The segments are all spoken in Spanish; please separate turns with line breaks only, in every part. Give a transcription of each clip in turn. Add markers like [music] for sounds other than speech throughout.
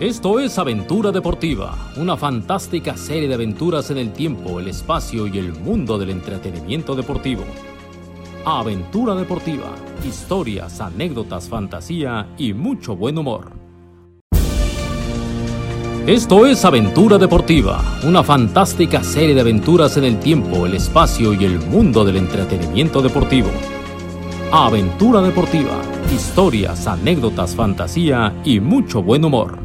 Esto es Aventura Deportiva, una fantástica serie de aventuras en el tiempo, el espacio y el mundo del entretenimiento deportivo. Aventura Deportiva, historias, anécdotas, fantasía y mucho buen humor. Esto es Aventura Deportiva, una fantástica serie de aventuras en el tiempo, el espacio y el mundo del entretenimiento deportivo. Aventura Deportiva, historias, anécdotas, fantasía y mucho buen humor.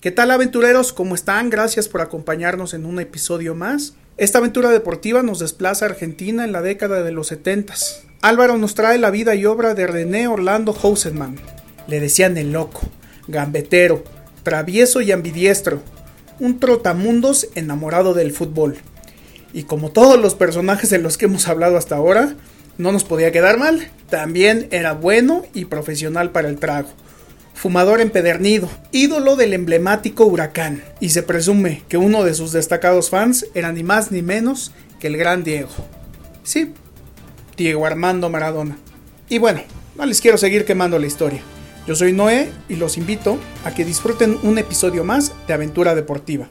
¿Qué tal aventureros? ¿Cómo están? Gracias por acompañarnos en un episodio más. Esta aventura deportiva nos desplaza a Argentina en la década de los 70. Álvaro nos trae la vida y obra de René Orlando Housenman. Le decían el loco, gambetero, travieso y ambidiestro, un trotamundos enamorado del fútbol. Y como todos los personajes de los que hemos hablado hasta ahora, no nos podía quedar mal. También era bueno y profesional para el trago. Fumador empedernido, ídolo del emblemático Huracán. Y se presume que uno de sus destacados fans era ni más ni menos que el gran Diego. Sí, Diego Armando Maradona. Y bueno, no les quiero seguir quemando la historia. Yo soy Noé y los invito a que disfruten un episodio más de Aventura Deportiva.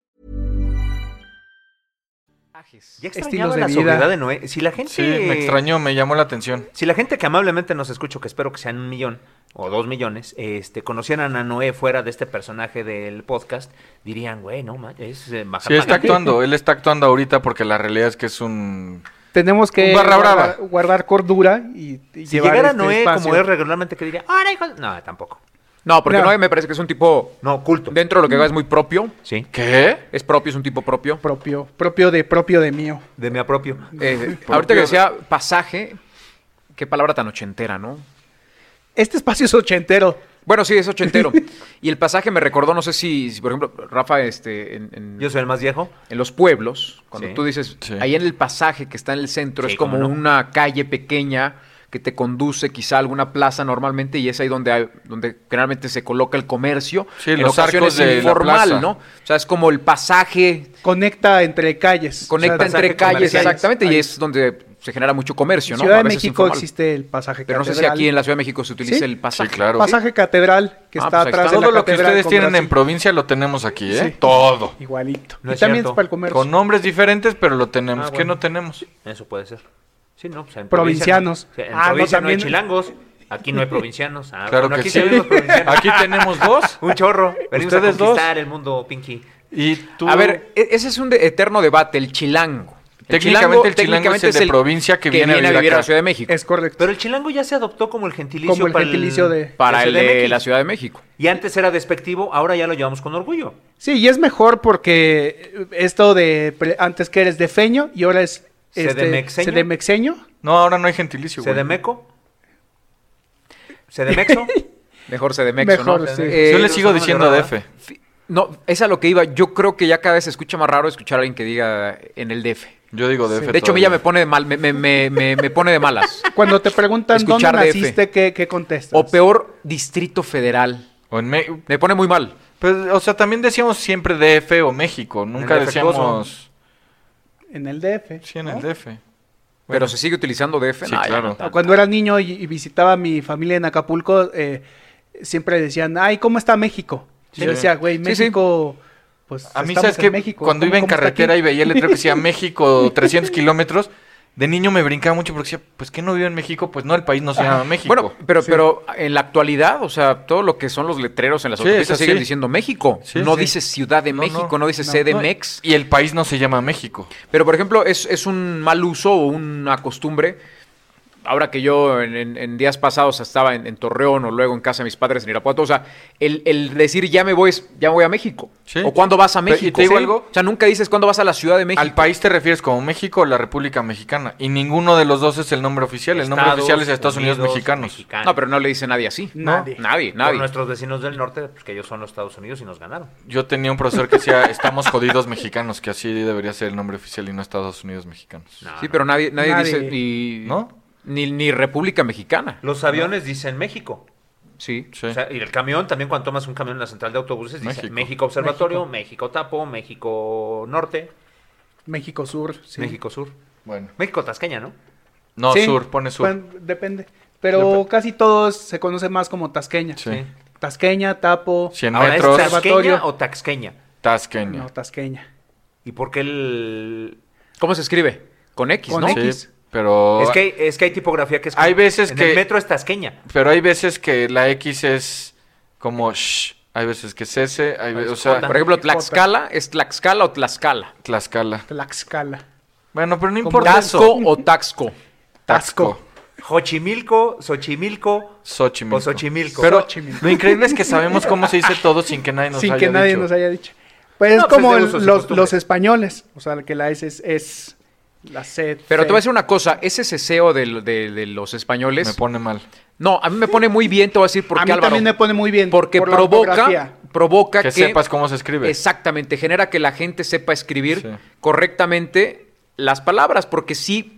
Ya
Estilos
extrañaba
de
la
vida.
sobriedad de Noé. Si la gente...
Sí, me extrañó, me llamó la atención.
Si la gente que amablemente nos escucha, que espero que sean un millón o dos millones, este, conocieran a Noé fuera de este personaje del podcast, dirían, güey, no, ma- es eh,
Sí, está
Mahatma Gandhi".
actuando, él está actuando ahorita porque la realidad es que es un...
Tenemos que
Un barra brava.
guardar, guardar cordura y, y
Si
llevar
llegara
este
Noé
espacio.
como es regularmente, que diría, ahora hijo... de-". No, tampoco.
No, porque
No.
no. me parece que es un tipo.
No, culto.
Dentro de lo que haga es muy propio.
Sí,
¿Qué?
Es propio, es un tipo propio.
propio, propio de propio de mío.
de mi apropio.
Eh, ahorita que decía pasaje, qué palabra tan ochentera, ¿no?
Este espacio es ochentero.
Bueno, sí,
[laughs]
es ochentero. y el pasaje me recordó, no sé si, si, por ejemplo, Rafa, este, en, en-
Yo soy el más viejo.
en los pueblos, cuando
Sí.
tú dices,
Sí.
ahí en el pasaje que está en el centro,
Sí,
es como
cómo no.
una calle pequeña que te conduce quizá a alguna plaza normalmente y es ahí donde hay- donde generalmente se coloca el comercio.
Sí,
en
los
ocasiones
arcos de la
informal,
plaza.
¿no? O sea, es como el pasaje
Conecta entre calles.
Conecta
O sea,
entre
pasaje
calles,
comercial.
exactamente,
Ahí.
y es donde se genera mucho comercio,
En
¿no?
Ciudad
A
de
veces
México
informal.
existe el pasaje
Pero no sé si
catedral.
aquí en la Ciudad de México se utiliza
Sí.
el pasaje.
Sí, claro.
pasaje catedral que
Ah,
está
pues
atrás
ahí está.
de la
Todo lo que
catedral
ustedes
con
tienen en
Brasil.
provincia lo tenemos aquí, ¿eh?
Sí. Pues-
Todo.
igualito.
No
y
es
también
cierto.
es para el comercio.
Con nombres diferentes, pero lo tenemos.
Ah,
¿Qué
bueno.
no tenemos?
Eso puede ser. Sí, no, pues en
Provincianos.
provincia no-
Ah,
en
no,
provincia no,
también-
hay chilangos. Aquí no hay provincianos. Ah,
Claro
bueno,
que
aquí
sí.
se ven los provincianos.
Aquí tenemos dos.
Un chorro. Venimos a
Ustedes dos.
conquistar el mundo, Pinky.
Y tú...
A ver, e- ese es un de- eterno debate, el chilango.
Técnicamente el chilango es el de provincia que viene a
a
vivir
vivir a
acá.
la Ciudad de México.
Es correcto.
Pero el chilango ya se adoptó como el gentilicio
Como el
para
gentilicio de-
para
la
el
CDMX.
de la Ciudad de México.
Y antes era despectivo, ahora ya lo llevamos con orgullo.
Sí, y es mejor porque eh, esto de pre- antes que eres de feño y ahora es este,
Sedemexeño.
sedemexeño.
No, ahora no hay gentilicio, güey.
Sedemeco.
[laughs]
Sedemexo.
Mejor se de México,
Mejor,
¿no?
sí.
Eh,
Yo le
no
sigo
son
diciendo
de verdad.
DF.
no, es a lo que iba. Yo creo que ya cada vez se escucha más raro escuchar a alguien que diga en el DF.
Yo digo DF
De hecho, a mí
todavía.
ya me pone de mal, me, me- me- me- me pone
[laughs]
de malas.
Cuando te preguntan
Escuchar
dónde
DF.
naciste, ¿qué, qué contestas?
O peor, Distrito Federal.
O en Me-
Me pone muy mal.
pues, o sea, también decíamos siempre DF o México. Nunca
El defectuoso.
decíamos...
En el DF.
Sí, en el
¿no?
DF. Bueno,
Pero se sigue utilizando DF.
Sí,
No, ya
claro.
no tanto.
O cuando era niño y, y visitaba a mi familia en Acapulco, eh, siempre decían, ay, ¿cómo está México? Y
Sí.
Yo decía, güey,
Sí, sí.
México, pues
A mí,
estamos
¿sabes
en
que
México,
Cuando
¿cómo-
iba en
cómo está
carretera
aquí?"
y veía el letrero que decía México 300 kilómetros, de niño me brincaba mucho porque decía, pues que no vivo en México, pues no, el país no se llama México.
Bueno, pero, pero en la actualidad, o sea, todo lo que son los letreros en las
Sí,
autopistas
es así.
siguen diciendo México.
Sí,
no
sí.
dice Ciudad de
No,
México,
no,
no, dice CDMX.
y el país no se llama México.
Pero, por ejemplo, es, es un mal uso o una costumbre ahora que yo en, en- en días pasados estaba en, en Torreón o luego en casa de mis padres en Irapuato, o sea, el, el decir ya me voy, es- ya me voy a México.
Sí.
O cuándo vas a
Pero, ¿y
México.
te digo
Sí.
algo?
O sea, nunca dices cuándo vas a la Ciudad de México.
Al país te refieres como México o la República Mexicana. Y ninguno de los dos es el nombre oficial. El nombre
Estados
oficial es Estados Unidos, Mexicanos.
No, pero no le dice nadie así.
Nadie.
Nadie,
Por
nadie.
nuestros vecinos del norte, pues que ellos son los Estados Unidos y nos ganaron.
Yo tenía un profesor que decía Estamos jodidos mexicanos, que así debería ser el nombre oficial y no Estados Unidos Mexicanos.
No,
Sí,
no.
pero nadie, nadie,
Nadie.
dice ni,
¿No?
ni, ni República Mexicana.
Los aviones dicen México.
Sí.
Sí.
O sea, y el camión también, cuando tomas un camión en la central de autobuses, dice
México.
México, Observatorio, México. Tapo, México Norte,
México Sur, sí.
México Sur.
bueno.
México Tasqueña, ¿no?
No,
Sí.
sur, pone sur.
Bueno, depende. Pero casi todos se conocen más como tasqueña.
Sí.
Tasqueña, tapo.
100
Ahora, ¿es
metros,
Tasqueña
Observatorio.
o Taxqueña?
Tasqueña.
No, tasqueña.
¿Y por qué el...?
¿Cómo se escribe? Con X,
Con
¿no?
X.
Sí, pero...
Es que, hay- es que hay tipografía que es...
Oh, Hay veces
en
que-
el metro es Tasqueña.
Pero hay veces que la X es como sh, hay veces que cese, hay ve- o sea,
Por ejemplo, Tlaxcala es Tlaxcala o Tlaxcala.
Tlaxcala.
Tlaxcala.
Bueno, pero no
Como
importa
Tasco
eso.
o Taxco.
Taxco.
Xochimilco, Xochimilco...
Xochimilco.
O Xochimilco.
Pero
Xochimilco.
lo increíble es que sabemos cómo se dice todo sin que nadie nos
Sin
haya
que nadie
dicho.
nos haya dicho. Pues
No,
es
pues,
como
es de
el-
usos y
los,
costumbres.
los españoles. O sea, que la S es, es la C.
Pero
C.
te voy a decir una cosa, ese ceseo del- de, de los españoles...
Me pone mal.
No, a mí me pone muy bien, te voy a decir por
A
qué,
mí
Álvaro.
también me pone muy bien.
Porque
por la
provoca,
ortografía.
provoca
Que,
que...
sepas cómo se escribe.
Exactamente, genera que la gente sepa escribir
Sí.
correctamente las palabras, porque sí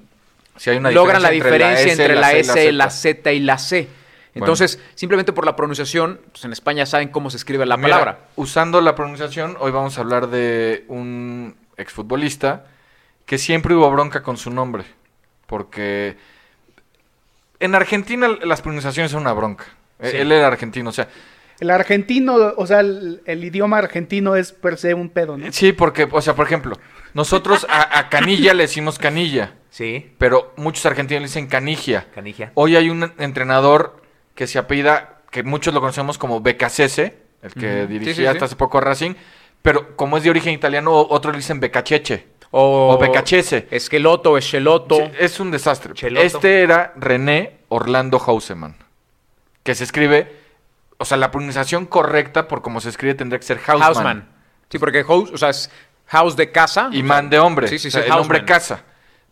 Si hay una
logran la diferencia
S,
entre la
C y
S, la
Z.
Z y la C. Entonces, simplemente por la pronunciación, pues en España saben cómo se escribe la
Mira,
palabra.
usando la pronunciación, hoy vamos a hablar de un exfutbolista que siempre hubo bronca con su nombre. Porque en Argentina las pronunciaciones son una bronca. E-
Sí.
Él era argentino,
[laughs]
o sea.
El argentino, o sea, el, el idioma argentino es per se un pedo, ¿no?
Sí, porque, o sea, por ejemplo, nosotros a, a Canilla le decimos Canilla,
Sí,
pero muchos argentinos le dicen Canigia.
Canigia.
Hoy hay un entrenador que se apellida, que muchos lo conocemos como Becasese, el que
Ujú.
dirigía
Sí, sí, sí.
hasta hace poco a Racing, pero como es de origen italiano, otros le dicen Becachece.
O,
o Becachese.
Esqueloto, Escheloto.
Sí, es un desastre.
Cheloto.
Este era René Orlando Hauseman, que se escribe, o sea, la pronunciación correcta por como se escribe tendría que ser Hausman.
Houseman. Sí, porque house, o sea, es house de casa.
Y man de hombre.
Sí, sí,
O sea,
sí,
el hombre
Houseman.
casa.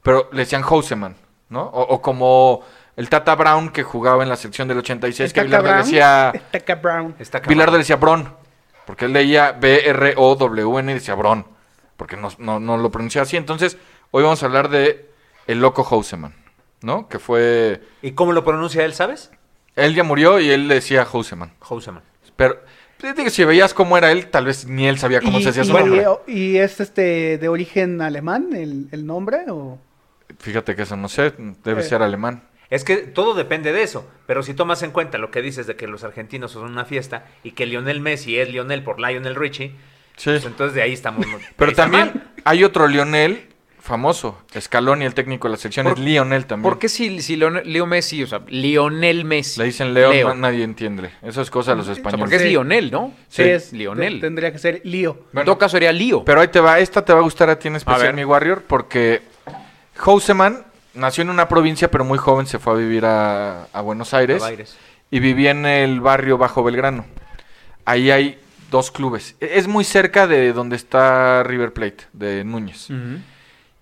Pero le decían Houseman, ¿no? O, o como el Tata Brown que jugaba en la sección del 86, que
Está
Bilardo le
cabrón,
[laughs]
decía.
está cabrón.
Está cabrón.
Bilardo le decía Bron. Porque él leía B-R-O-W-N y decía Bron. Porque no, no- no lo pronunciaba así. Entonces, hoy vamos a hablar de el loco Houseman, ¿no? Que fue.
¿Y cómo lo pronuncia él, sabes?
Él ya murió y él le decía Houseman.
Houseman.
Pero. pues, digo, Si veías cómo era él, tal vez ni él sabía cómo
y,
se hacía
y-
su nombre.
y es este de origen alemán el, el nombre o
Fíjate que eso no sé, debe
Eh.
ser alemán.
Es que todo depende de eso, pero si tomas en cuenta lo que dices de que los argentinos son una fiesta y que Lionel Messi es Lionel por Lionel Richie,
Sí.
pues entonces de ahí estamos.
[laughs]
eh,
Pero
está
también
mal.
hay otro Lionel famoso, Scaloni, el técnico de la sección, es
Por-
Lionel también.
¿Por qué si, si Leon- Leo Messi, o sea, Lionel Messi?
Le dicen Leo,
Leo.
no- nadie entiende. Eso es cosa de los
O sea,
españoles.
porque es
Sí.
Lionel, ¿no?
Sí.
es
Lionel.
te- tendría que ser lío
En todo caso sería Lío.
Pero ahí te va, esta te va a gustar a ti en
A
especial,
ver.
mi Warrior, porque Houseman nació en una provincia, pero muy joven se fue a vivir a, a Buenos Aires.
Aires.
Y vivía en el barrio Bajo Belgrano. Ahí hay dos clubes. E- Es muy cerca de donde está River Plate, de Núñez.
Ujú.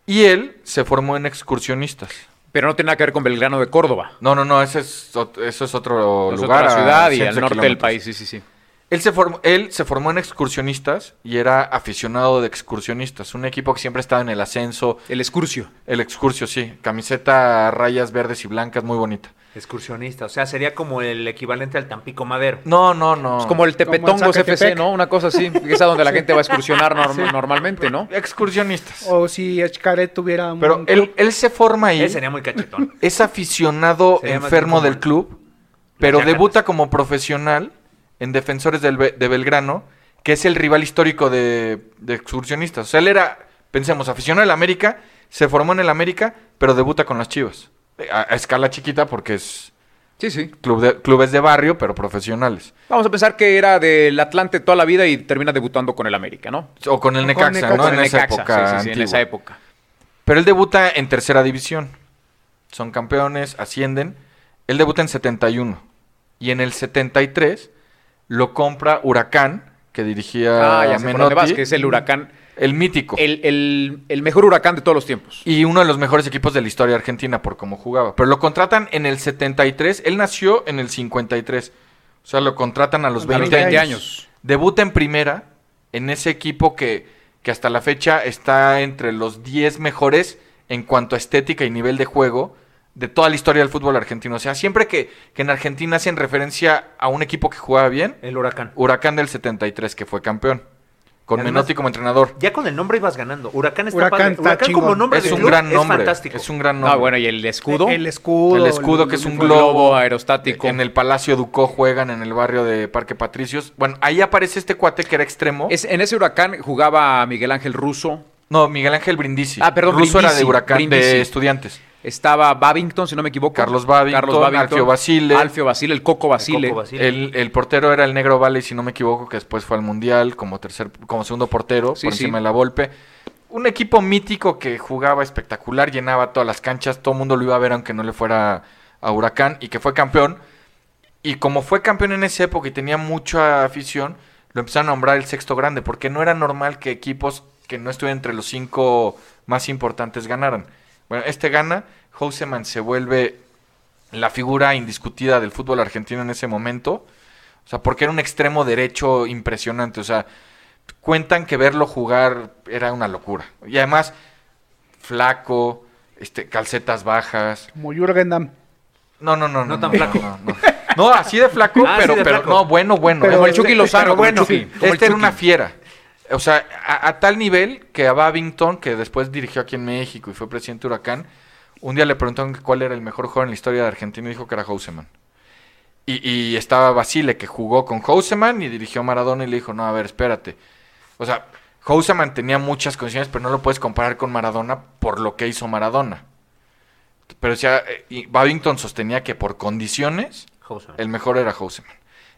Y él se formó en excursionistas.
Pero no tiene nada que ver con Belgrano de Córdoba.
No, no, no, ese es, ot- eso es otro
Es
lugar.
otra
a
ciudad y al
111
norte del
kilómetros.
país, sí, sí, sí.
Él se, formó, él se formó en excursionistas y era aficionado de excursionistas. Un equipo que siempre estaba en el ascenso.
El Escurcio.
El excursio, sí. Camiseta, rayas verdes y blancas, muy bonita.
Excursionista, o sea, sería como el equivalente al Tampico Madero.
No, no, no.
Es Pues como el Tepetongos FC,
Zacatepec.
¿no? Una cosa así, que es a [laughs] donde la gente va a excursionar [laughs] norm- normalmente, ¿no?
Excursionistas.
o si Xcaret tuviera un
Mm,
Pero él, él se forma ahí.
Él sería muy cachetón.
Es aficionado
Sería más bien como
enfermo del
el-
club, pero
Yacatas.
debuta como profesional en Defensores del Be- de Belgrano, que es el rival histórico de, de excursionistas. O sea, él era, pensemos, aficionado al América, se formó en el América, pero debuta con las Chivas. A, a escala chiquita porque es
Sí, sí.
club de- clubes de barrio, pero profesionales.
Vamos a pensar que era del Atlante toda la vida y termina debutando con el América, ¿no?
O con el
Con
Necaxa,
Necaxa,
¿no? En
el
esa
Necaxa,
época.
sí, sí, sí, en
antigua.
esa época.
Pero él debuta en tercera división. son campeones, ascienden. Él debuta en 71. Y en el 73 lo compra Huracán, que dirigía
Ah, ya sé por dónde vas,
Menotti,
que es el huracán,
el mítico.
el, el- el mejor huracán de todos los tiempos.
Y uno de los mejores equipos de la historia argentina por cómo jugaba. Pero lo contratan en el 73. Él nació en el 53. O sea, lo contratan a los
A los
20,
20
años.
años.
Debuta en primera en ese equipo que, que hasta la fecha está entre los 10 mejores en cuanto a estética y nivel de juego de toda la historia del fútbol argentino. O sea, siempre que, que en Argentina hacen referencia a un equipo que jugaba bien,
El huracán.
Huracán del 73, que fue campeón. Con
Además-
Menotti como entrenador.
Ya con el nombre ibas ganando. Huracán está
Huracán
padre.
está
huracán como
chingón.
nombre
Es
de
un
club
gran
Es
nombre.
fantástico.
Es un gran nombre.
Ah, bueno, y el escudo.
El escudo.
El escudo, que es un
uniforme.
globo
aerostático.
En el Palacio Ducó juegan en el barrio de Parque Patricios. Bueno, ahí aparece este cuate que era extremo.
Es- en ese huracán jugaba Miguel Ángel Russo,
No, Miguel Ángel Brindisi.
Ah, perdón,
Ruso era de
Brindisi,
Huracán,
Brindisi.
de Estudiantes.
estaba Babington, si no me equivoco.
Carlos Babington, Alfio Basile.
Alfio Basile, el Coco Basile.
Coco Basile.
El, el portero era el Negro Valley, si no me equivoco, que después fue al Mundial como tercer, como segundo portero,
Sí,
por
sí.
encima de la Volpe. Un equipo mítico que jugaba espectacular, llenaba todas las canchas, todo el mundo lo iba a ver aunque no le fuera a Huracán y que fue campeón. Y como fue campeón en esa época y tenía mucha afición, lo empezaron a nombrar el sexto grande, porque no era normal que equipos que no estuvieran entre los cinco más importantes ganaran. Bueno, este gana, Houseman se vuelve la figura indiscutida del fútbol argentino en ese momento. O sea, porque era un extremo derecho impresionante. O sea, cuentan que verlo jugar era una locura. Y además, flaco, este, calcetas bajas.
Como Jürgen Damm.
No, no, no, no.
No tan flaco.
No, no. No, así de flaco,
Ah, así
pero,
de
pero
flaco.
no, bueno, bueno. ¿eh?
Pero-
Como el Chucky Lozano,
pero
como el
bueno,
Chucky, como el
Este era
Chucky.
una fiera. O sea, a, a tal nivel que a Babington, que después dirigió aquí en México y fue presidente de Huracán, un día le preguntaron que cuál era el mejor jugador en la historia de Argentina y dijo que era Houseman. Y, y estaba Basile, que jugó con Houseman y dirigió a Maradona y le dijo, no, a ver, espérate. O sea, Houseman tenía muchas condiciones, pero no lo puedes comparar con Maradona por lo que hizo Maradona. Pero o sea, eh, y Babington sostenía que por condiciones
Houseman.
el mejor era Houseman.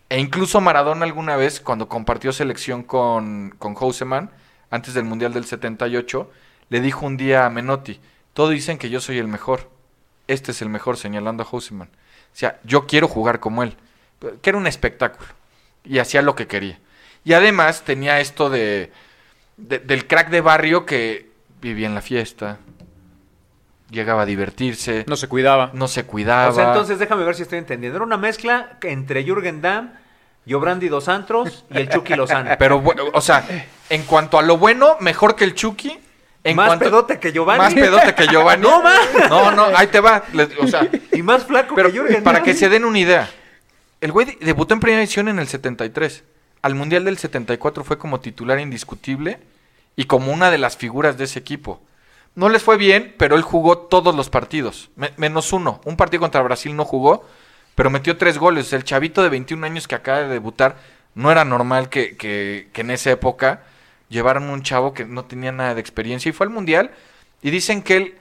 E incluso Maradona alguna vez, cuando compartió selección con, con Houseman, antes del Mundial del 78, le dijo un día a Menotti, todos dicen que yo soy el mejor. Este es el mejor, señalando a Houseman. O sea, yo quiero jugar como él. Que era un espectáculo. Y hacía lo que quería. Y además tenía esto de, de- del crack de barrio que vivía en la fiesta. Llegaba a divertirse.
No se cuidaba.
No se cuidaba.
O sea, entonces déjame ver si estoy entendiendo. Era una mezcla que entre Jürgen Damm, Yobrandi Dos Santos y el Chucky Lozano.
Pero, bu- o sea, en cuanto a lo bueno, mejor que el Chucky. En
más
cuanto-
pedote que Giovanni.
Más pedote que Giovanni.
No, ma.
No, no, ahí te va. Les- O sea,
[laughs] Y más flaco
pero
que Jürgen
para
Damm.
que se den una idea. El güey de- debutó en primera edición en el 73. Al Mundial del 74 fue como titular indiscutible y como una de las figuras de ese equipo. No les fue bien, pero él jugó todos los partidos, me- menos uno. Un partido contra Brasil no jugó, pero metió tres goles. El chavito de 21 años que acaba de debutar, no era normal que, que- que en esa época llevaran un chavo que no tenía nada de experiencia y fue al Mundial. Y dicen que él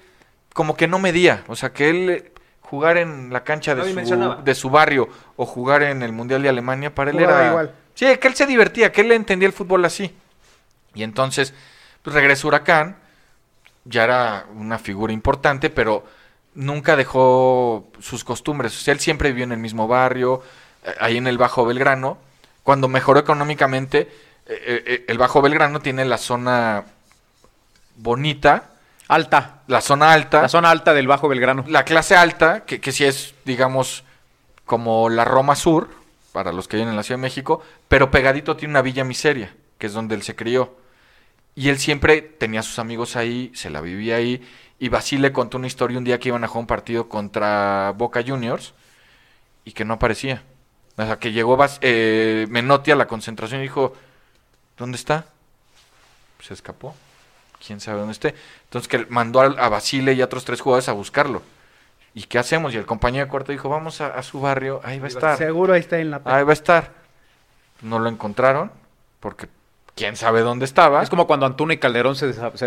como que no medía, o sea, que él eh, jugar en la cancha de,
No dimensionaba.
su, de su barrio o jugar en el Mundial de Alemania para él
Jugaba
era...
igual.
Sí, que él se divertía, que él entendía el fútbol así. Y entonces pues, regresó Huracán, ya era una figura importante, pero nunca dejó sus costumbres. O sea, él siempre vivió en el mismo barrio, eh, ahí en el Bajo Belgrano. Cuando mejoró económicamente, eh, eh, eh, el Bajo Belgrano tiene la zona bonita,
Alta.
la zona alta,
La zona alta del Bajo Belgrano.
la clase alta, que, que sí es, digamos, como la Roma Sur, para los que viven en la Ciudad de México, pero pegadito tiene una villa miseria, que es donde él se crió. Y él siempre tenía a sus amigos ahí, se la vivía ahí. Y Basile contó una historia un día que iban a jugar un partido contra Boca Juniors y que no aparecía. O sea, que llegó Bas- eh, Menotti a la concentración y dijo, ¿dónde está? Se escapó. Quién sabe dónde esté. Entonces que mandó al- a Basile y a otros tres jugadores a buscarlo. ¿Y qué hacemos? Y el compañero de cuarto dijo, vamos a, a su barrio, ahí va a estar.
Seguro ahí está en la.
Ahí va a estar. No lo encontraron porque quién sabe dónde estaba.
Es como cuando Antuna y Calderón se, desa- se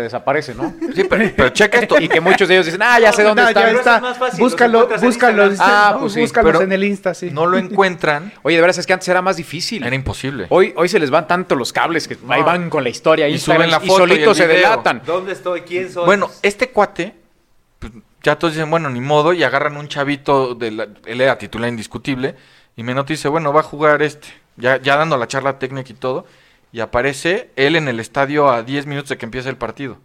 [laughs]
desaparecen, ¿no?
Sí, pero, pero checa
[laughs]
esto.
Y que muchos de ellos dicen, ah, ya sé dónde
No,
está.
ya
Pero eso
está.
es más fácil, los
Búscalo,
encuentras en
búscalo.
Instagram.
Ah, pues sí,
búscalos
pero
en el Insta, sí.
No lo encuentran.
Oye, de veras es que antes era más difícil.
Era imposible. Ah.
Hoy, hoy se les van tanto los cables que ahí van con la historia
Y
Instagram,
suben la foto y
solitos
el
se
video.
delatan.
eh,
¿Dónde estoy? ¿Quién soy?
Bueno, este cuate, pues, pues, ya todos dicen, bueno, ni modo, y agarran un chavito, de la- él era titular indiscutible, y Menotti dice, bueno, va a jugar este, ya, ya dando la charla técnica y todo, y aparece él en el estadio a 10 minutos de que empieza el partido.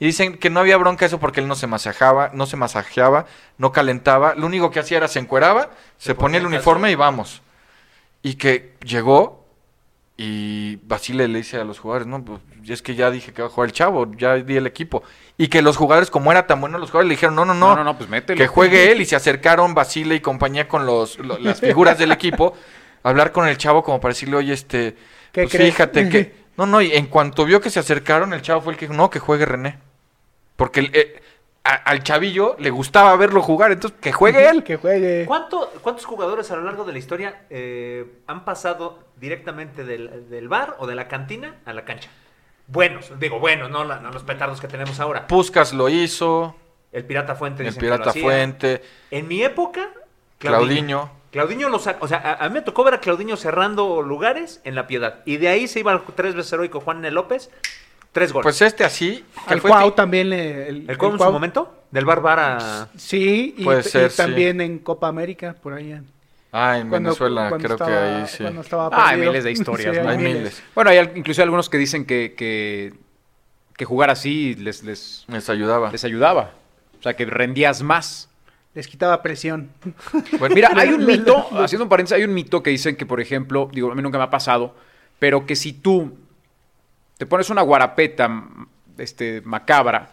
Y dicen que no había bronca eso porque él no se masajaba, no se masajeaba, no calentaba, lo único que hacía era se encueraba, se, ponía el uniforme y vamos. Y que llegó y Basile le dice a los jugadores, no, pues es que ya dije que va a jugar el chavo, ya di el equipo. Y que los jugadores, como era tan bueno los jugadores, le dijeron, no, no, no,
No, no, no, pues mételo.
que juegue él. Y se acercaron Basile y compañía con los, lo- las figuras del equipo a hablar con el chavo como para decirle, oye, este,
¿Qué
pues
crees?
fíjate que...
[laughs]
No, no, y en cuanto vio que se acercaron, el chavo fue el que dijo, no, que juegue René. Porque el- eh, a- al chavillo le gustaba verlo jugar, entonces que juegue él.
Que juegue.
¿Cuánto- ¿Cuántos jugadores a lo largo de la historia eh, han pasado directamente del, del bar o de la cantina a la cancha? Buenos, digo buenos, no, la- no los petardos que tenemos ahora.
Puscas lo hizo,
El Pirata Fuente.
el
dicen que lo
Pirata
hacía.
Fuente,
En mi época,
Claudinho.
Claudinho lo saca, o sea, a, a mí me tocó ver a Claudinho cerrando lugares en La Piedad. Y de ahí se iba al tres veces heroico Juan N. López, tres goles.
Pues este así, que
Al
fue
Cuau
fi-
también. le- El,
¿El Cuau en su
Cuau-
momento? Del bar bar
Pues,
a...
Sí, y,
Puede
y
ser, sí.
también en Copa América, por ahí. en-
Ah, en
cuando-
Venezuela,
cuando
creo que
estaba-
ahí sí.
cuando estaba
Ah, hay
perdido.
miles de historias,
[laughs] Sí,
¿no?
Hay
Hay
miles.
Bueno, hay al- inclusive algunos que dicen que, que, que jugar así les, les,
Les ayudaba.
les ayudaba. O sea, que rendías más.
Les quitaba presión. Pues
Bueno,
Mira, hay un mito, haciendo un paréntesis, hay un mito que dicen que, por ejemplo, digo, a mí nunca me ha pasado, pero que si tú te pones una guarapeta mm, este, macabra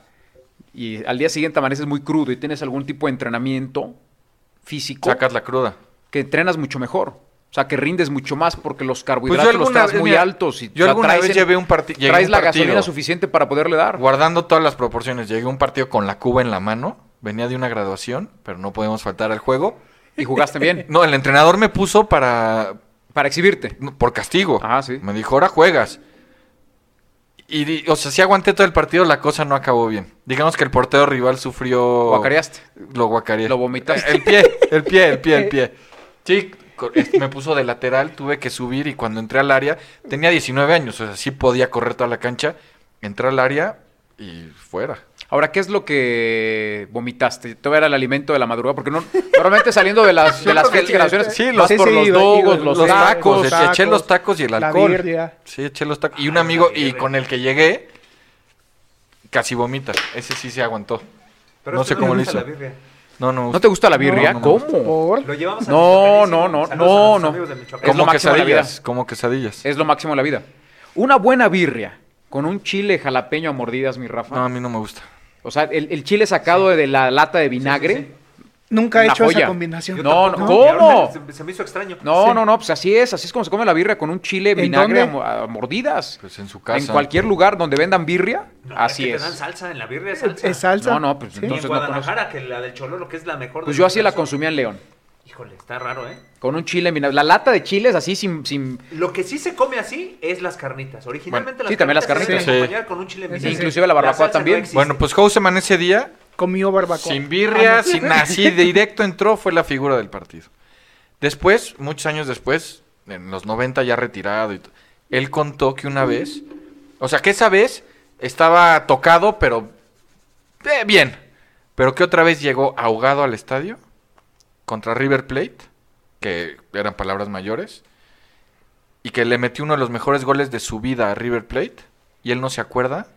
y al día siguiente amaneces muy crudo y tienes algún tipo de entrenamiento físico,
sacas la cruda.
que entrenas mucho mejor. O sea, que rindes mucho más porque los
Pues
carbohidratos los traes
vez,
muy
mira,
altos. Y,
yo
o sea,
alguna
traes
vez
el-
llevé un, parti llegué a
Traes
un
la
partido.
gasolina suficiente para
[laughs]
poderle dar.
Guardando todas las proporciones, llegué a un partido con la cuba en la mano. Venía de una graduación, pero no podemos faltar al juego.
Y jugaste bien.
No, el entrenador me puso para.
Para exhibirte.
por castigo.
Ah, sí.
Me dijo, ahora juegas. Y, di- o sea, si aguanté todo el partido, la cosa no acabó bien. Digamos que el portero rival sufrió.
Guacareaste.
Lo guacareé.
Lo vomitaste.
El pie, el pie, el pie, el pie. Sí, co- es- me puso de lateral, tuve que subir y cuando entré al área, tenía 19 años, o sea, sí podía correr toda la cancha. Entré al área y fuera.
Ahora, ¿qué es lo que vomitaste? ¿Todo era el alimento de la madrugada? Porque no, normalmente saliendo de las, de las fiestas y graduaciones,
Sí,
vas
los-
por
sí,
los
iba-
dogos,
iba-
los,
los
tacos.
tacos,
tacos,
eché los tacos y el
la
alcohol.
birria.
Sí, eché los tacos. Y un amigo,
la
y
birria.
con el que llegué, casi vomita. Ese sí se aguantó.
Pero
no
este
sé cómo
me
lo
gusta
hizo.
la birria.
No, no.
¿No te gusta la birria?
No, no me gusta.
¿Cómo?
Por-
Lo llevamos a
No,
Michoacanísimo.
no, no,
Saludos a
no,
nuestros
no.
amigos de Michoacán.
Es lo
Como
máximo de la vida.
quesadillas, como quesadillas.
Es lo máximo de la vida. Una buena birria con un chile jalapeño a mordidas, mi Rafa.
No, a mí no me gusta.
O sea, el, el chile sacado de la lata de vinagre.
Nunca he
Una
hecho
joya.
esa combinación.
Yo No, no,
Y ahora
¿cómo?
Se, se me hizo extraño.
No,
Sí.
no, no, pues así es, así es como se come la birria con un chile
¿En
vinagre a,
dónde?
mo- a mordidas.
Pues en su casa.
En cualquier lugar donde vendan birria,
No,
así
que
es.
Te dan salsa en la birria, es salsa.
Es salsa.
No, no, pues
Sí.
Y
entonces
en
no conozco.
Guadalajara, que la del Chololo, que es la mejor.
Pues
del
yo así la
universo.
consumía en León,
Híjole, está raro, ¿eh?
con un chile en vinagre. La lata de chiles así sin... sin
Lo que sí se come así es las carnitas. Originalmente
sí, también las
se deben
carnitas.
Sí.
acompañar con un chile en
Sí,
vinagre.
inclusive la barbacoa
salsa no
también.
existe.
Bueno, pues Houseman ese día
Comió barbacoa.
Sin birria,
Ah, no. [laughs]
sin así directo entró, fue la figura del partido. Después, muchos años después, en los 90 ya retirado, y to- él contó que una vez, o sea, que esa vez estaba tocado, pero eh, bien, pero que otra vez llegó ahogado al estadio contra River Plate, que eran palabras mayores, y que le metió uno de los mejores goles de su vida a River Plate, y él no se acuerda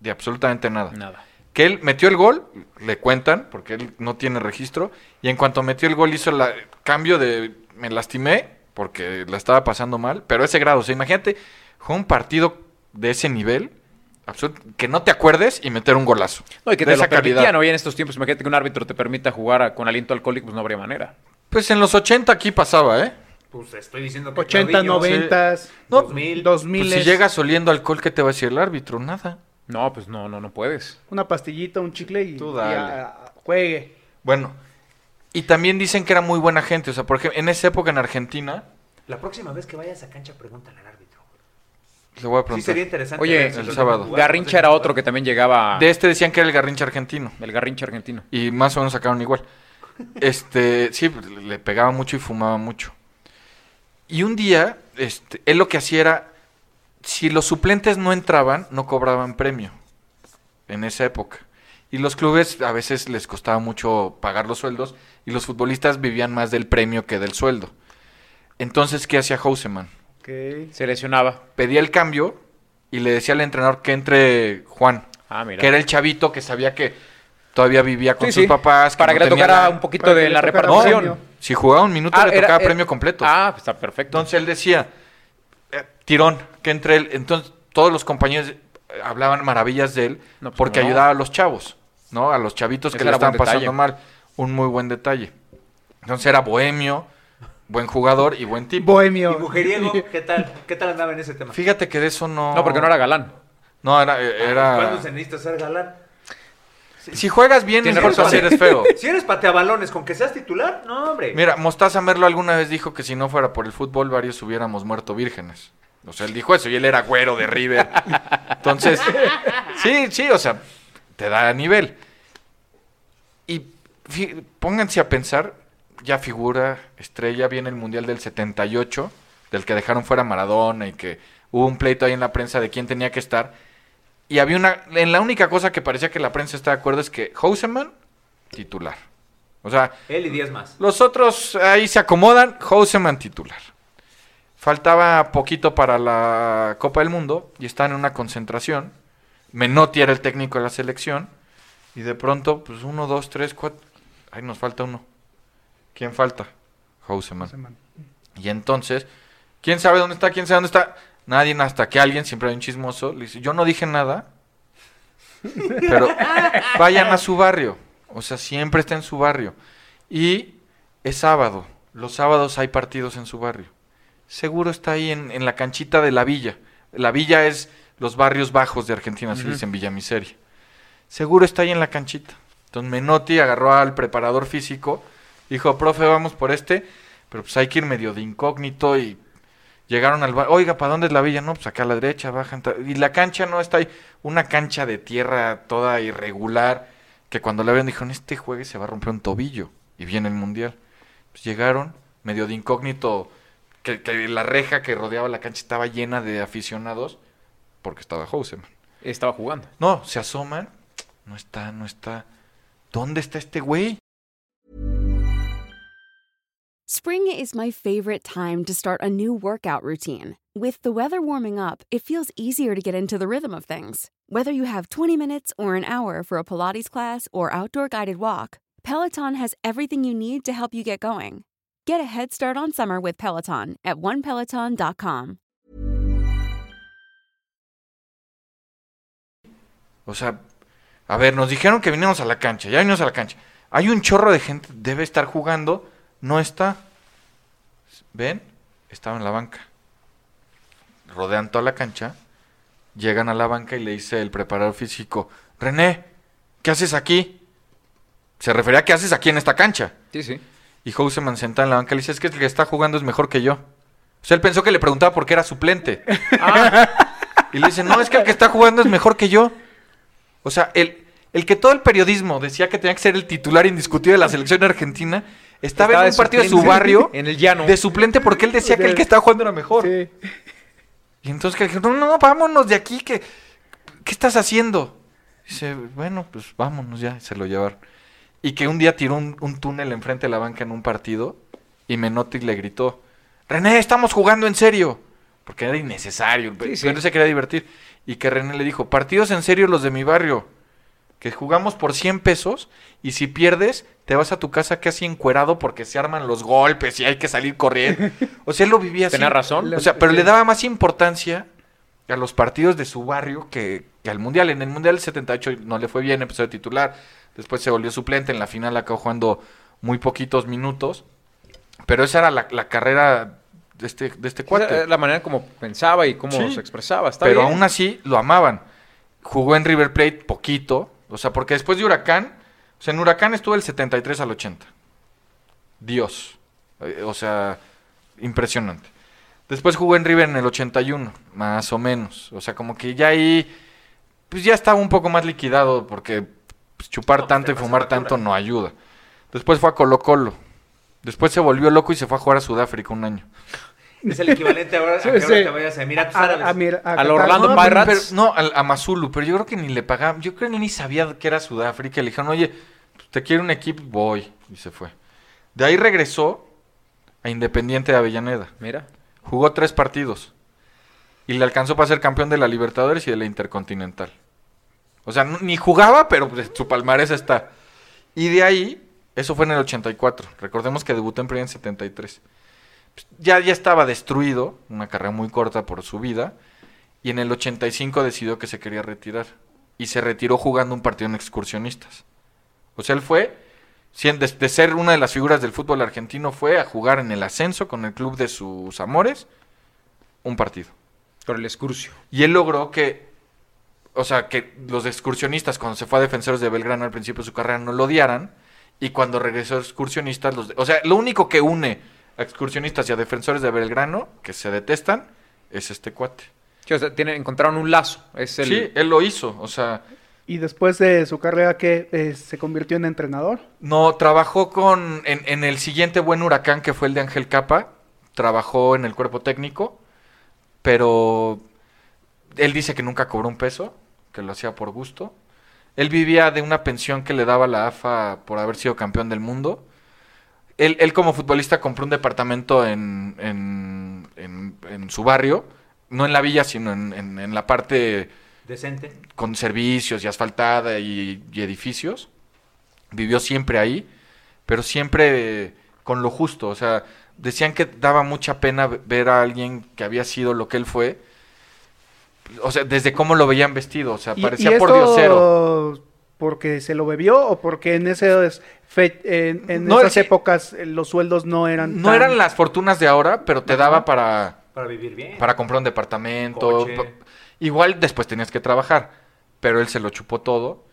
de absolutamente nada
Nada.
que él metió el gol, le cuentan, porque él no tiene registro, y en cuanto metió el gol hizo el cambio de me lastimé, porque la estaba pasando mal, pero a ese grado, o sea, imagínate, fue un partido de ese nivel, absolut- que no te acuerdes y meter un golazo.
No, y que
de
te lo
esa calidad.
permitían hoy en estos tiempos. Imagínate que un árbitro te permita jugar a- con aliento alcohólico, pues no habría manera.
Pues en los 80 aquí pasaba, ¿eh?
Pues estoy diciendo que
80,
Claudinho,
90,
No,
2000.
2000.
Pues si llegas oliendo alcohol, ¿qué te va a decir el árbitro? Nada.
No, pues no, no, no puedes.
Una pastillita, un chicle y,
Tú
y
dale.
a- juegue.
Bueno, y también dicen que era muy buena gente, o sea, por ejemplo, en esa época en Argentina,
La próxima vez que vayas a cancha, pregúntale al árbitro.
le voy a
Sí,
preguntar.
sería interesante.
Oye,
ver si
el
lo dejan
sábado.
jugar, no sé si
Garrincha era
jugar.
otro que también llegaba
De este decían que era el garrincha argentino.
del Garrincha argentino.
Y más o menos sacaron igual. Este, sí, le pegaba mucho y fumaba mucho. Y un día, este, él lo que hacía era, si los suplentes no entraban, no cobraban premio en esa época. Y los clubes a veces les costaba mucho pagar los sueldos y los futbolistas vivían más del premio que del sueldo. Entonces, ¿qué hacía Houseman?
Ok.
Se lesionaba.
Pedía el cambio y le decía al entrenador que entre Juan,
Ah, mira.
que era el chavito que sabía que todavía vivía con
Sí,
sus
sí,
papás.
para que
no
le
tenía
tocara
la-
un poquito
para que
de
le
la
tocara
No,
repartición.
premio.
si jugaba un minuto
Ah,
le
era-
tocaba
era-
premio completo.
Ah, pues está perfecto.
Entonces él decía, eh, tirón, que entre él. Entonces todos los compañeros eh, hablaban maravillas de él
No, pues,
porque
¿cómo no?
ayudaba a los chavos, ¿no? A los chavitos
Ese
que le
era
estaban
buen detalle.
pasando mal. Un muy buen detalle. Entonces era bohemio, buen jugador y buen tipo.
Bohemio. [laughs]
Y mujeriego, ¿qué tal, ¿qué tal andaba en ese tema?
Fíjate que de eso no...
No, porque no era Ah, galán.
No, era... eh, era-
¿Cuándo se necesita ser galán?
Si, si juegas bien, no
Tiene
importa
razón.
si eres
[laughs]
feo.
Si eres pateabalones, con que seas titular, no, hombre.
Mira, Mostaza Merlo alguna vez dijo que si no fuera por el fútbol, varios hubiéramos muerto vírgenes. O sea, él dijo eso y él era güero de River. Entonces, sí, sí, o sea, te da nivel. Y fí- pónganse a pensar, ya figura, estrella, viene el Mundial del 78, del que dejaron fuera Maradona y que hubo un pleito ahí en la prensa de quién tenía que estar. Y había una, en la única cosa que parecía que la prensa está de acuerdo es que Houseman, titular. O sea,
Él y 10 más.
los otros ahí se acomodan. Houseman titular. Faltaba poquito para la Copa del Mundo y están en una concentración. Menotti era el técnico de la selección. Y de pronto, pues uno, dos, tres, cuatro. Ahí nos falta uno. ¿Quién falta? Houseman. Y entonces, ¿quién sabe dónde está? ¿Quién sabe dónde está? Nadie, hasta que alguien, siempre hay un chismoso, le dice, yo no dije nada, pero vayan a su barrio. O sea, siempre está en su barrio. Y es sábado. Los sábados hay partidos en su barrio. Seguro está ahí en, en la canchita de la villa. La villa es los barrios bajos de Argentina, se dice en Villa Miseria. Seguro está ahí en la canchita. Entonces Menotti agarró al preparador físico, dijo, profe, vamos por este, pero pues hay que ir medio de incógnito y llegaron al barrio. Oiga, ¿para dónde es la villa? No, pues acá a la derecha, bajan. ta- Y la cancha no está ahí, una cancha de tierra toda irregular, que cuando la vieron dijeron, este juegue se va a romper un tobillo y viene el mundial. Pues llegaron medio de incógnito, que, que la reja que rodeaba la cancha estaba llena de aficionados, porque estaba Houseman.
Estaba jugando.
No, se asoman. No está, no está. ¿Dónde está este güey?
Spring is my favorite time to start a new workout routine. With the weather warming up, it feels easier to get into the rhythm of things. Whether you have 20 minutes or an hour for a Pilates class or outdoor guided walk, Peloton has everything you need to help you get going. Get a head start on summer with Peloton at onepeloton.com.
O sea, a ver, nos dijeron que vinimos a la cancha, ya vinimos a la cancha. Hay un chorro de gente, debe estar jugando, no está. ¿Ven? Estaba en la banca. Rodean toda la cancha, llegan a la banca y le dice el preparador físico, René, ¿qué haces aquí? Se refería a qué haces aquí en esta cancha.
Sí, sí.
Y Houseman sentado en la banca le dice, es que el que está jugando es mejor que yo. O sea, él pensó que le preguntaba por qué era suplente. [laughs]
Ah.
Y le dice, no, es que el que está jugando es mejor que yo. O sea, el, el que todo el periodismo decía que tenía que ser el titular indiscutido de la selección argentina, estaba, en
de
un partido de su
suplente,
barrio
[laughs] En el llano.
de suplente porque él decía que el que estaba jugando era mejor.
Sí.
Y entonces que le dijeron, no, no, vámonos de aquí, que, ¿qué estás haciendo? Dice, bueno, pues vámonos ya, y se lo llevaron. Y que un día tiró un, un túnel enfrente de la banca en un partido y Menotti le gritó, René, estamos jugando en serio. Porque era innecesario, pero
sí.
él se quería divertir. Y que René le dijo, partidos en serio los de mi barrio, que jugamos por 100 pesos y si pierdes te vas a tu casa casi encuerado porque se arman los golpes y hay que salir
[laughs]
corriendo. O sea, él lo vivía así.
Tenía razón.
O sea, pero le daba más importancia a los partidos de su barrio que, que al Mundial. En el Mundial del 78 no le fue bien, empezó de titular, después se volvió suplente, en la final acabó jugando muy poquitos minutos. Pero esa era la, la carrera de este, de este
Esa
cuate.
es La manera como pensaba y cómo
Sí.
se expresaba. Está
pero
bien.
aún así lo amaban. Jugó en River Plate poquito, o sea, porque después de Huracán, o sea, en Huracán estuvo del 73 al 80. Dios. Eh, O sea, impresionante. Después jugó en River en el 81, más o menos. O sea, como que ya ahí, pues ya estaba un poco más liquidado, porque pues, chupar
No,
tanto y
te
fumar
pasa factura.
tanto no ayuda. Después fue a Colo Colo. Después se volvió loco y se fue a jugar a Sudáfrica un año.
Es el equivalente ahora a que
[laughs]
ahora
sí.
te vayas a Emiratos
A-
Árabes.
a Mir- a
Al
Qatar.
Orlando
No,
Pirates.
pero- no, al- a Mazulu, pero yo creo que ni le pagaban. Yo creo que ni sabía que era Sudáfrica. Le dijeron, oye, pues, te quiero un equipo, voy. Y se fue. De ahí regresó a Independiente de Avellaneda.
Mira.
Jugó tres partidos. Y le alcanzó para ser campeón de la Libertadores y de la Intercontinental. O sea, no- ni jugaba, pero pues, su palmarés está. Y de ahí, eso fue en el 84. Recordemos que debutó en primera en 73. Pues, ya, ya estaba destruido, una carrera muy corta por su vida. Y en el 85 decidió que se quería retirar. Y se retiró jugando un partido en excursionistas. O sea, él fue, sien- de, de ser una de las figuras del fútbol argentino, fue a jugar en el ascenso con el club de sus amores un partido.
Por el escurcio.
Y él logró que, o sea, que los excursionistas cuando se fue a Defensores de Belgrano al principio de su carrera no lo odiaran. Y cuando regresó a excursionistas, los, de- o sea, lo único que une a excursionistas y a defensores de Belgrano, que se detestan, es este cuate.
Sí, o sea, tienen- encontraron un lazo. Es el,
Sí, él lo hizo, o sea...
Y después de su carrera que se convirtió en entrenador.
No, trabajó con. En, en el siguiente buen huracán, que fue el de Ángel Capa, trabajó en el cuerpo técnico, pero él dice que nunca cobró un peso, que lo hacía por gusto. Él vivía de una pensión que le daba la AFA por haber sido campeón del mundo. Él, él como futbolista compró un departamento en, en- en- en su barrio, no en la villa, sino en, en- en la parte
Decente.
con servicios y asfaltada y, y edificios. Vivió siempre ahí, pero siempre eh, con lo justo. O sea, decían que daba mucha pena ve- ver a alguien que había sido lo que él fue. O sea, desde cómo lo veían vestido. O sea,
Y-
parecía
y
por
esto
diosero.
¿Porque se lo bebió o porque en, esas fe- en, en
No,
esas
es que-
épocas eh, los sueldos no eran
No
tan-
eran las fortunas de ahora, pero te daba para,
Para vivir bien.
para comprar un departamento.
Coche.
pa- Igual después tenías que trabajar, pero él se lo chupó todo.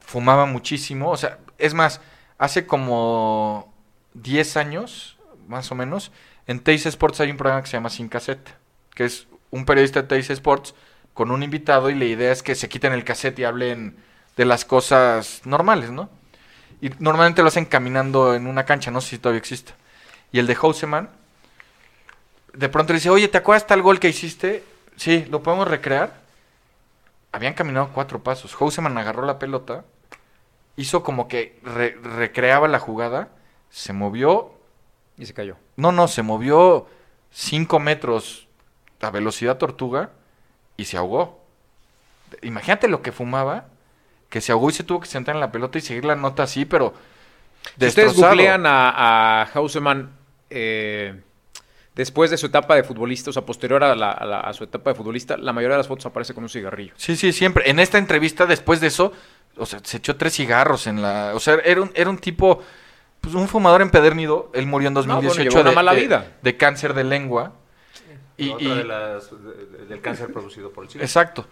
Fumaba muchísimo. O sea, es más, hace como 10 años, más o menos, en Teis Sports hay un programa que se llama Sin Cassette, que es un periodista de Teis Sports con un invitado y la idea es que se quiten el cassette y hablen de las cosas normales, ¿no? Y normalmente lo hacen caminando en una cancha, no sé si todavía existe. Y el de Houseman, de pronto le dice, oye, ¿te acuerdas tal gol que hiciste? Sí, ¿lo podemos recrear? Habían caminado cuatro pasos. Houseman agarró la pelota, hizo como que re- recreaba la jugada, se movió,
Y se cayó.
no, no, se movió cinco metros a velocidad tortuga y se ahogó. Imagínate lo que fumaba, que se ahogó y se tuvo que sentar en la pelota y seguir la nota así, pero
Si ustedes
destrozado.
googlean a, a Hausemann eh, después de su etapa de futbolista, o sea, posterior a, la- a la- a su etapa de futbolista, la mayoría de las fotos aparece con un cigarrillo.
Sí, sí, siempre. En esta entrevista, después de eso, o sea, se echó tres cigarros en la. O sea, era un, era un tipo. Pues un fumador empedernido. Él murió en
bueno,
2018
llevó una
de,
mala
de-
vida.
de cáncer de lengua. Y,
Otra
y-
de las, de- de- del cáncer producido por el cigarro.
Exacto.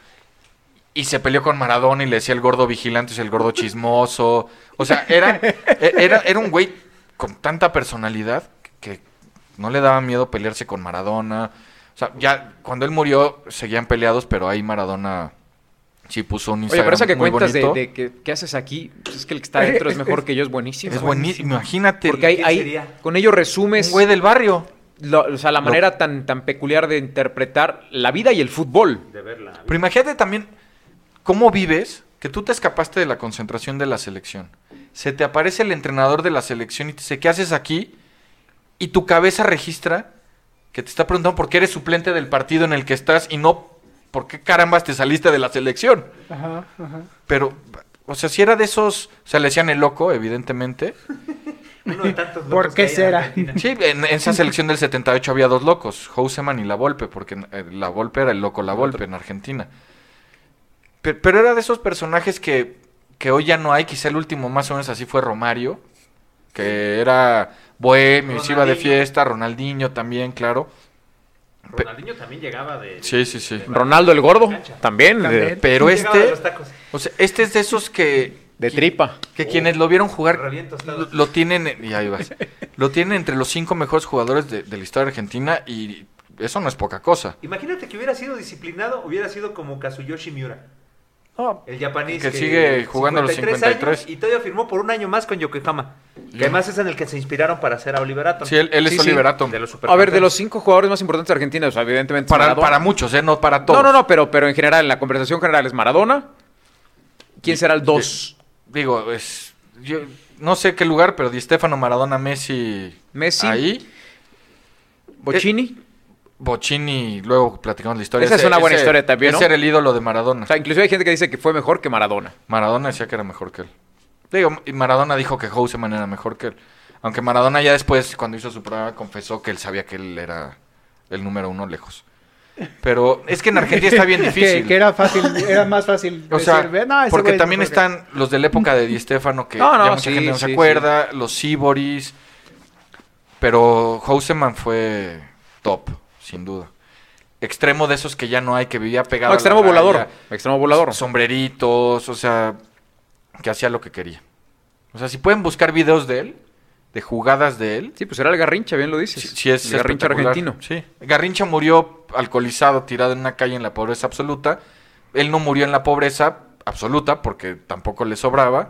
Y se peleó con Maradona y le decía el gordo vigilante, es el gordo chismoso. O sea, era, e, era, era un güey con tanta personalidad que no le daba miedo pelearse con Maradona. O sea, ya cuando él murió seguían peleados, pero ahí Maradona sí puso un
Oye,
Instagram
pero esa que
muy
cuentas de,
bonito.
de que, qué haces aquí, pues es que el que está
[laughs]
adentro es mejor que yo, es buenísimo.
es buenísimo, imagínate.
Porque ahí,
¿Quién
ahí-
sería?
con ello resumes
un güey del barrio.
lo- o sea, la manera tan, tan peculiar de interpretar la vida y el fútbol.
De verla.
Pero imagínate también cómo vives que tú te escapaste de la concentración de la selección. Se te aparece el entrenador de la selección y te dice, ¿qué haces aquí? Y tu cabeza registra que te está preguntando por qué eres suplente del partido en el que estás y no por qué carambas te saliste de la selección.
Ajá, ajá.
Pero, o sea, si era de esos, o sea, le decían el loco, evidentemente.
Uno de tantos
[laughs]
locos
¿Por qué
que hay en
será?
Argentina.
[laughs] Sí, en, en esa selección del 78 había dos locos, Houseman y La Volpe, porque eh, La Volpe era el loco La Volpe en Argentina. Pe- Pero, era de esos personajes que, que hoy ya no hay, quizá el último más o menos así fue Romario, que era bohemio, y se iba de
Ronaldinho.
fiesta, Ronaldinho también, claro.
Ronaldinho también llegaba de.
Sí, sí, sí.
Ronaldo el Gordo, también, de-
También.
Pero
Llegaba de
este,
los tacos.
o sea, este es de esos que...
de
que-
tripa.
Que quienes lo vieron jugar
Reviento
lo,
estado.
lo tienen, y ahí vas, lo tienen entre los cinco mejores jugadores de, de la historia argentina y eso no es poca cosa.
Imagínate que hubiera sido disciplinado, hubiera sido como Kazuyoshi Miura.
No,
El japonés
Que sigue jugando a los 53.
años y todavía firmó por un año más con Yokohama. Que además es en el que se inspiraron para hacer a Oliver Atom.
Sí, él, él es
Sí, sí.
Oliver Atom.
De los
a ver, de los cinco jugadores más importantes de Argentina, o sea, evidentemente. es
Para,
Maradona.
para muchos, ¿eh? No para todos.
No, no, no, pero, pero en general, en la conversación general es Maradona. ¿Quién será el 2?
Digo, es. Yo no sé qué lugar, pero Di Stefano, Maradona, Messi.
Messi. Eh,
Ahí. Eh.
¿Bocini?
Bochini, luego platicamos la historia.
Esa es
Ese-
una buena
ese-
historia también, ¿no?
Ese era el ídolo de Maradona.
O sea, inclusive hay gente que dice que fue mejor que Maradona.
Maradona decía que era mejor que él. Digo, y Maradona dijo que Houseman era mejor que él. Aunque Maradona ya después, cuando hizo su programa, confesó que él sabía que él era el número uno lejos. Pero es que en Argentina está
[laughs]
bien difícil.
Que, que era fácil, era más fácil
O sea,
decir, "No, ese
porque
güey es
también
mejor que-".
están los de la época de Di Stefano, que
[laughs] No, no,
ya mucha
sí,
gente no se
sí,
acuerda, los Siboris, pero Houseman fue top, sin duda. Extremo de esos que ya no hay, que vivía pegado.
No,
a la
extremo
raya,
volador. Extremo volador.
Sombreritos, o sea, que hacía lo que quería. O sea, si pueden buscar videos de él, de jugadas de él,
Sí, pues era el Garrincha, bien lo dices.
si, si es
el Garrincha
espectacular.
argentino.
Sí. Garrincha murió alcoholizado, tirado en una calle en la pobreza absoluta. Él no murió en la pobreza absoluta porque tampoco le sobraba,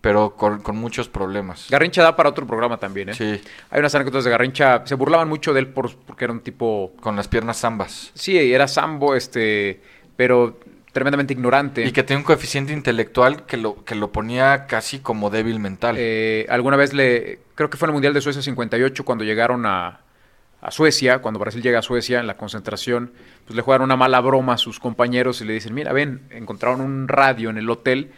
pero con, con muchos problemas.
Garrincha da para otro programa también, ¿eh?
Sí,
Hay unas anécdotas de Garrincha. Se burlaban mucho de él por- porque era un tipo.
con las piernas ambas.
Sí, era sambo, este. Pero tremendamente ignorante.
Y que tenía un coeficiente intelectual que lo, que lo ponía casi como débil mental.
Eh, alguna vez le. Creo que fue en el Mundial de Suecia 58 cuando llegaron a, a Suecia, cuando Brasil llega a Suecia en la concentración, pues le jugaron una mala broma a sus compañeros y le dicen: Mira, ven, encontraron un radio en el hotel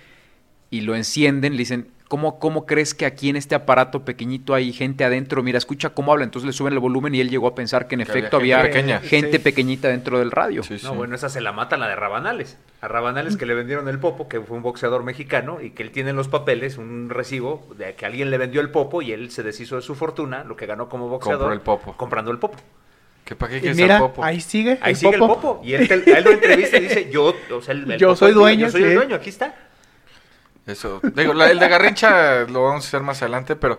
y lo encienden. Le dicen: ¿Cómo, ¿Cómo crees que aquí en este aparato pequeñito hay gente adentro? Mira, escucha cómo habla. Entonces le suben el volumen y él llegó a pensar que en
Que
efecto
había
había,
gente
gente,
pequeña.
Sí.
pequeñita dentro del radio.
Sí, sí.
No, bueno, esa se la mata la de Rabanales. A Rabanales que le vendieron el popo, que fue un boxeador mexicano y que él tiene en los papeles un recibo de que alguien le vendió el popo y él se deshizo de su fortuna, lo que ganó como boxeador.
Compró el popo.
Comprando el popo.
¿Qué pa' qué
este". Y
quieres al
Eh, mira,
popo?
ahí sigue.
Ahí
el
sigue
popo.
el popo. Y él, te- a él lo entrevista y dice, yo, o sea, el- el
Yo
Popo
soy
es mío,
dueño,
Yo soy el
sí.
dueño, aquí está.
Eso. Digo, la- el de Garrincha lo vamos a hacer más adelante, pero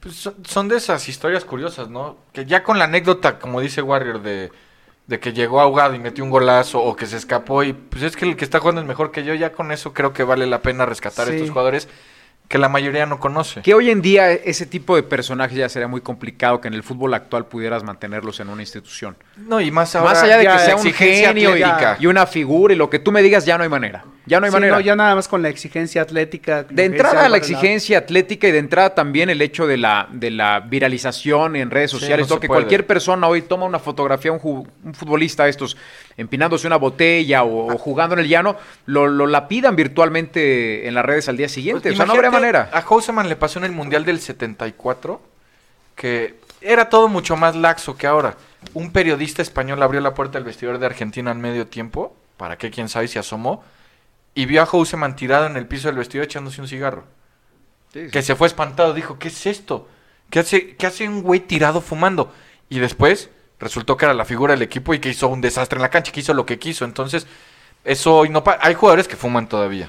pues, son, son de esas historias curiosas, ¿no? Que ya con la anécdota, como dice Warrior, de, de que llegó ahogado y metió un golazo o que se escapó y pues es que el que está jugando es mejor que yo, ya con eso creo que vale la pena rescatar a
Sí.
estos jugadores que la mayoría no conoce.
Que hoy en día ese tipo de personajes ya sería muy complicado que en el fútbol actual pudieras mantenerlos en una institución.
No, y más ahora...
Más allá de
ya
que sea un
exigencia
genio y,
atlética.
y una figura y lo que tú me digas, ya no hay manera. Ya no hay
Sí,
manera.
no, ya nada más con la exigencia atlética.
De entrada la exigencia atlética y de entrada también el hecho de la, de la viralización en redes
Sí,
sociales.
no
todo,
se
que
puede.
cualquier persona hoy toma una fotografía, un, ju- un futbolista de estos empinándose una botella o, o jugando en el llano, lo, lo lapidan virtualmente en las redes al día siguiente. o sea, no habría
Pues Imagínate,
manera.
A Houseman le pasó en el Mundial del 74, que era todo mucho más laxo que ahora. Un periodista español abrió la puerta del vestidor de Argentina en medio tiempo, para que quién sabe si asomó, y vio a Houseman tirado en el piso del vestidor echándose un cigarro. Que se fue espantado, dijo, ¿qué es esto? ¿Qué hace, qué hace un güey tirado fumando? Y después resultó que era la figura del equipo y que hizo un desastre en la cancha, que hizo lo que quiso. Entonces, eso hoy no pa- Hay jugadores que fuman todavía.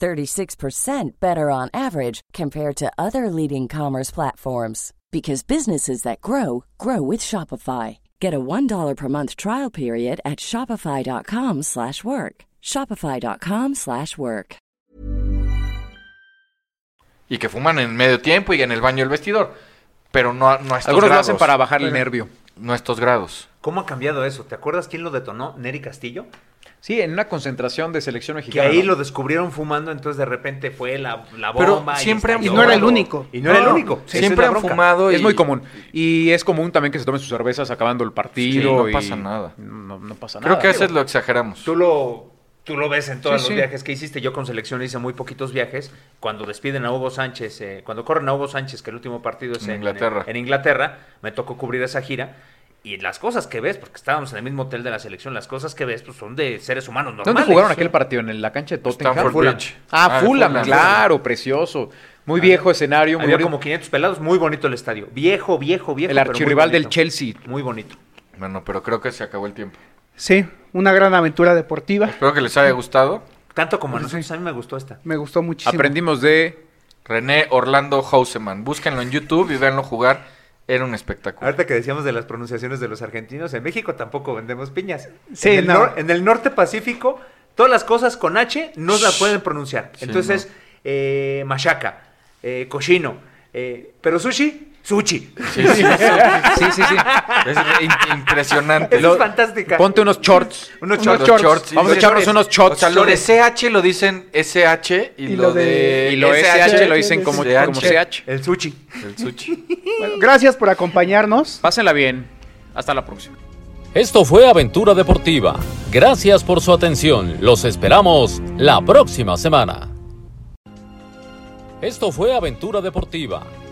36% better on average compared to other leading commerce platforms because businesses that grow grow with Shopify. Get a $1 per month trial period at shopify.com/work. slash work. shopify.com/work. slash work.
Y que fuman en medio tiempo y en el baño del vestidor. Pero no, a- no a estos
Algunos lo
grados.
hacen para bajar el nervio.
No a estos grados.
¿Cómo ha cambiado eso? ¿Te acuerdas quién lo detonó? Neri Castillo.
Sí, en una concentración de selección
Que
mexicana.
ahí
¿no?
lo descubrieron fumando, entonces de repente fue la, la
Pero
bomba.
siempre han-
estalló.
Y no era el
único.
Y no era el
No,
único. Esa es
Siempre
la
han
bronca.
fumado y...
Es muy común. Y es común también que se tomen sus cervezas acabando el partido.
Sí, no
y-
pasa nada.
No, no pasa
Creo
nada.
que a veces lo exageramos.
Ah, Tú lo, tú lo ves en todos los
Sí, sí.
viajes que hiciste. Yo con selección hice muy poquitos viajes. Cuando despiden a Hugo Sánchez, eh, cuando corren a Hugo Sánchez, que el último partido es
En
en,
Inglaterra.
en Inglaterra, me tocó cubrir esa gira. Y las cosas que ves, porque estábamos en el mismo hotel de la selección, las cosas que ves pues, son de seres humanos normales.
¿Dónde
¿eh?
jugaron aquel partido? ¿En la cancha de Tottenham?
Stamford
Fulham.
Bridge.
Ah,
Ah,
Fulham,
Fulham. Ah,
claro, precioso. Muy viejo escenario. Muy
Había
bonito.
como 500 pelados, muy bonito el estadio. Viejo, viejo, viejo.
el
pero muy
archirrival del
bonito.
Chelsea.
Muy bonito.
Bueno, pero creo que se acabó el tiempo.
Sí, una gran aventura deportiva.
Espero que les haya gustado.
Tanto como a nosotros, a mí me gustó esta.
Me gustó muchísimo.
Aprendimos de
René Orlando Houseman. Búsquenlo en YouTube y véanlo jugar. Era un espectáculo.
Ahorita que decíamos de las pronunciaciones de los argentinos, en México tampoco vendemos piñas.
Sí,
en, el
no.
nor- en el norte pacífico, todas las cosas con H no las pueden pronunciar.
Sí,
Entonces, eh, machaca, eh, cochino, eh, pero sushi, sushi.
Sí, sí, sí.
Sí, sí, sí.
Es in- impresionante.
Esa es fantástica.
Ponte unos shorts.
unos
Los
shorts.
shorts, sí,
Vamos a
los
echarnos
shorts.
unos
O
shots.
sea, lo de CH lo dicen SH y,
Y
lo
lo de-
de
Y lo SH lo dicen como,
SH.
como CH.
El sushi.
El sushi.
Bueno, gracias por acompañarnos.
Pásenla bien. Hasta la próxima.
Esto fue Aventura Deportiva. Gracias por su atención. Los esperamos la próxima semana. Esto fue Aventura Deportiva.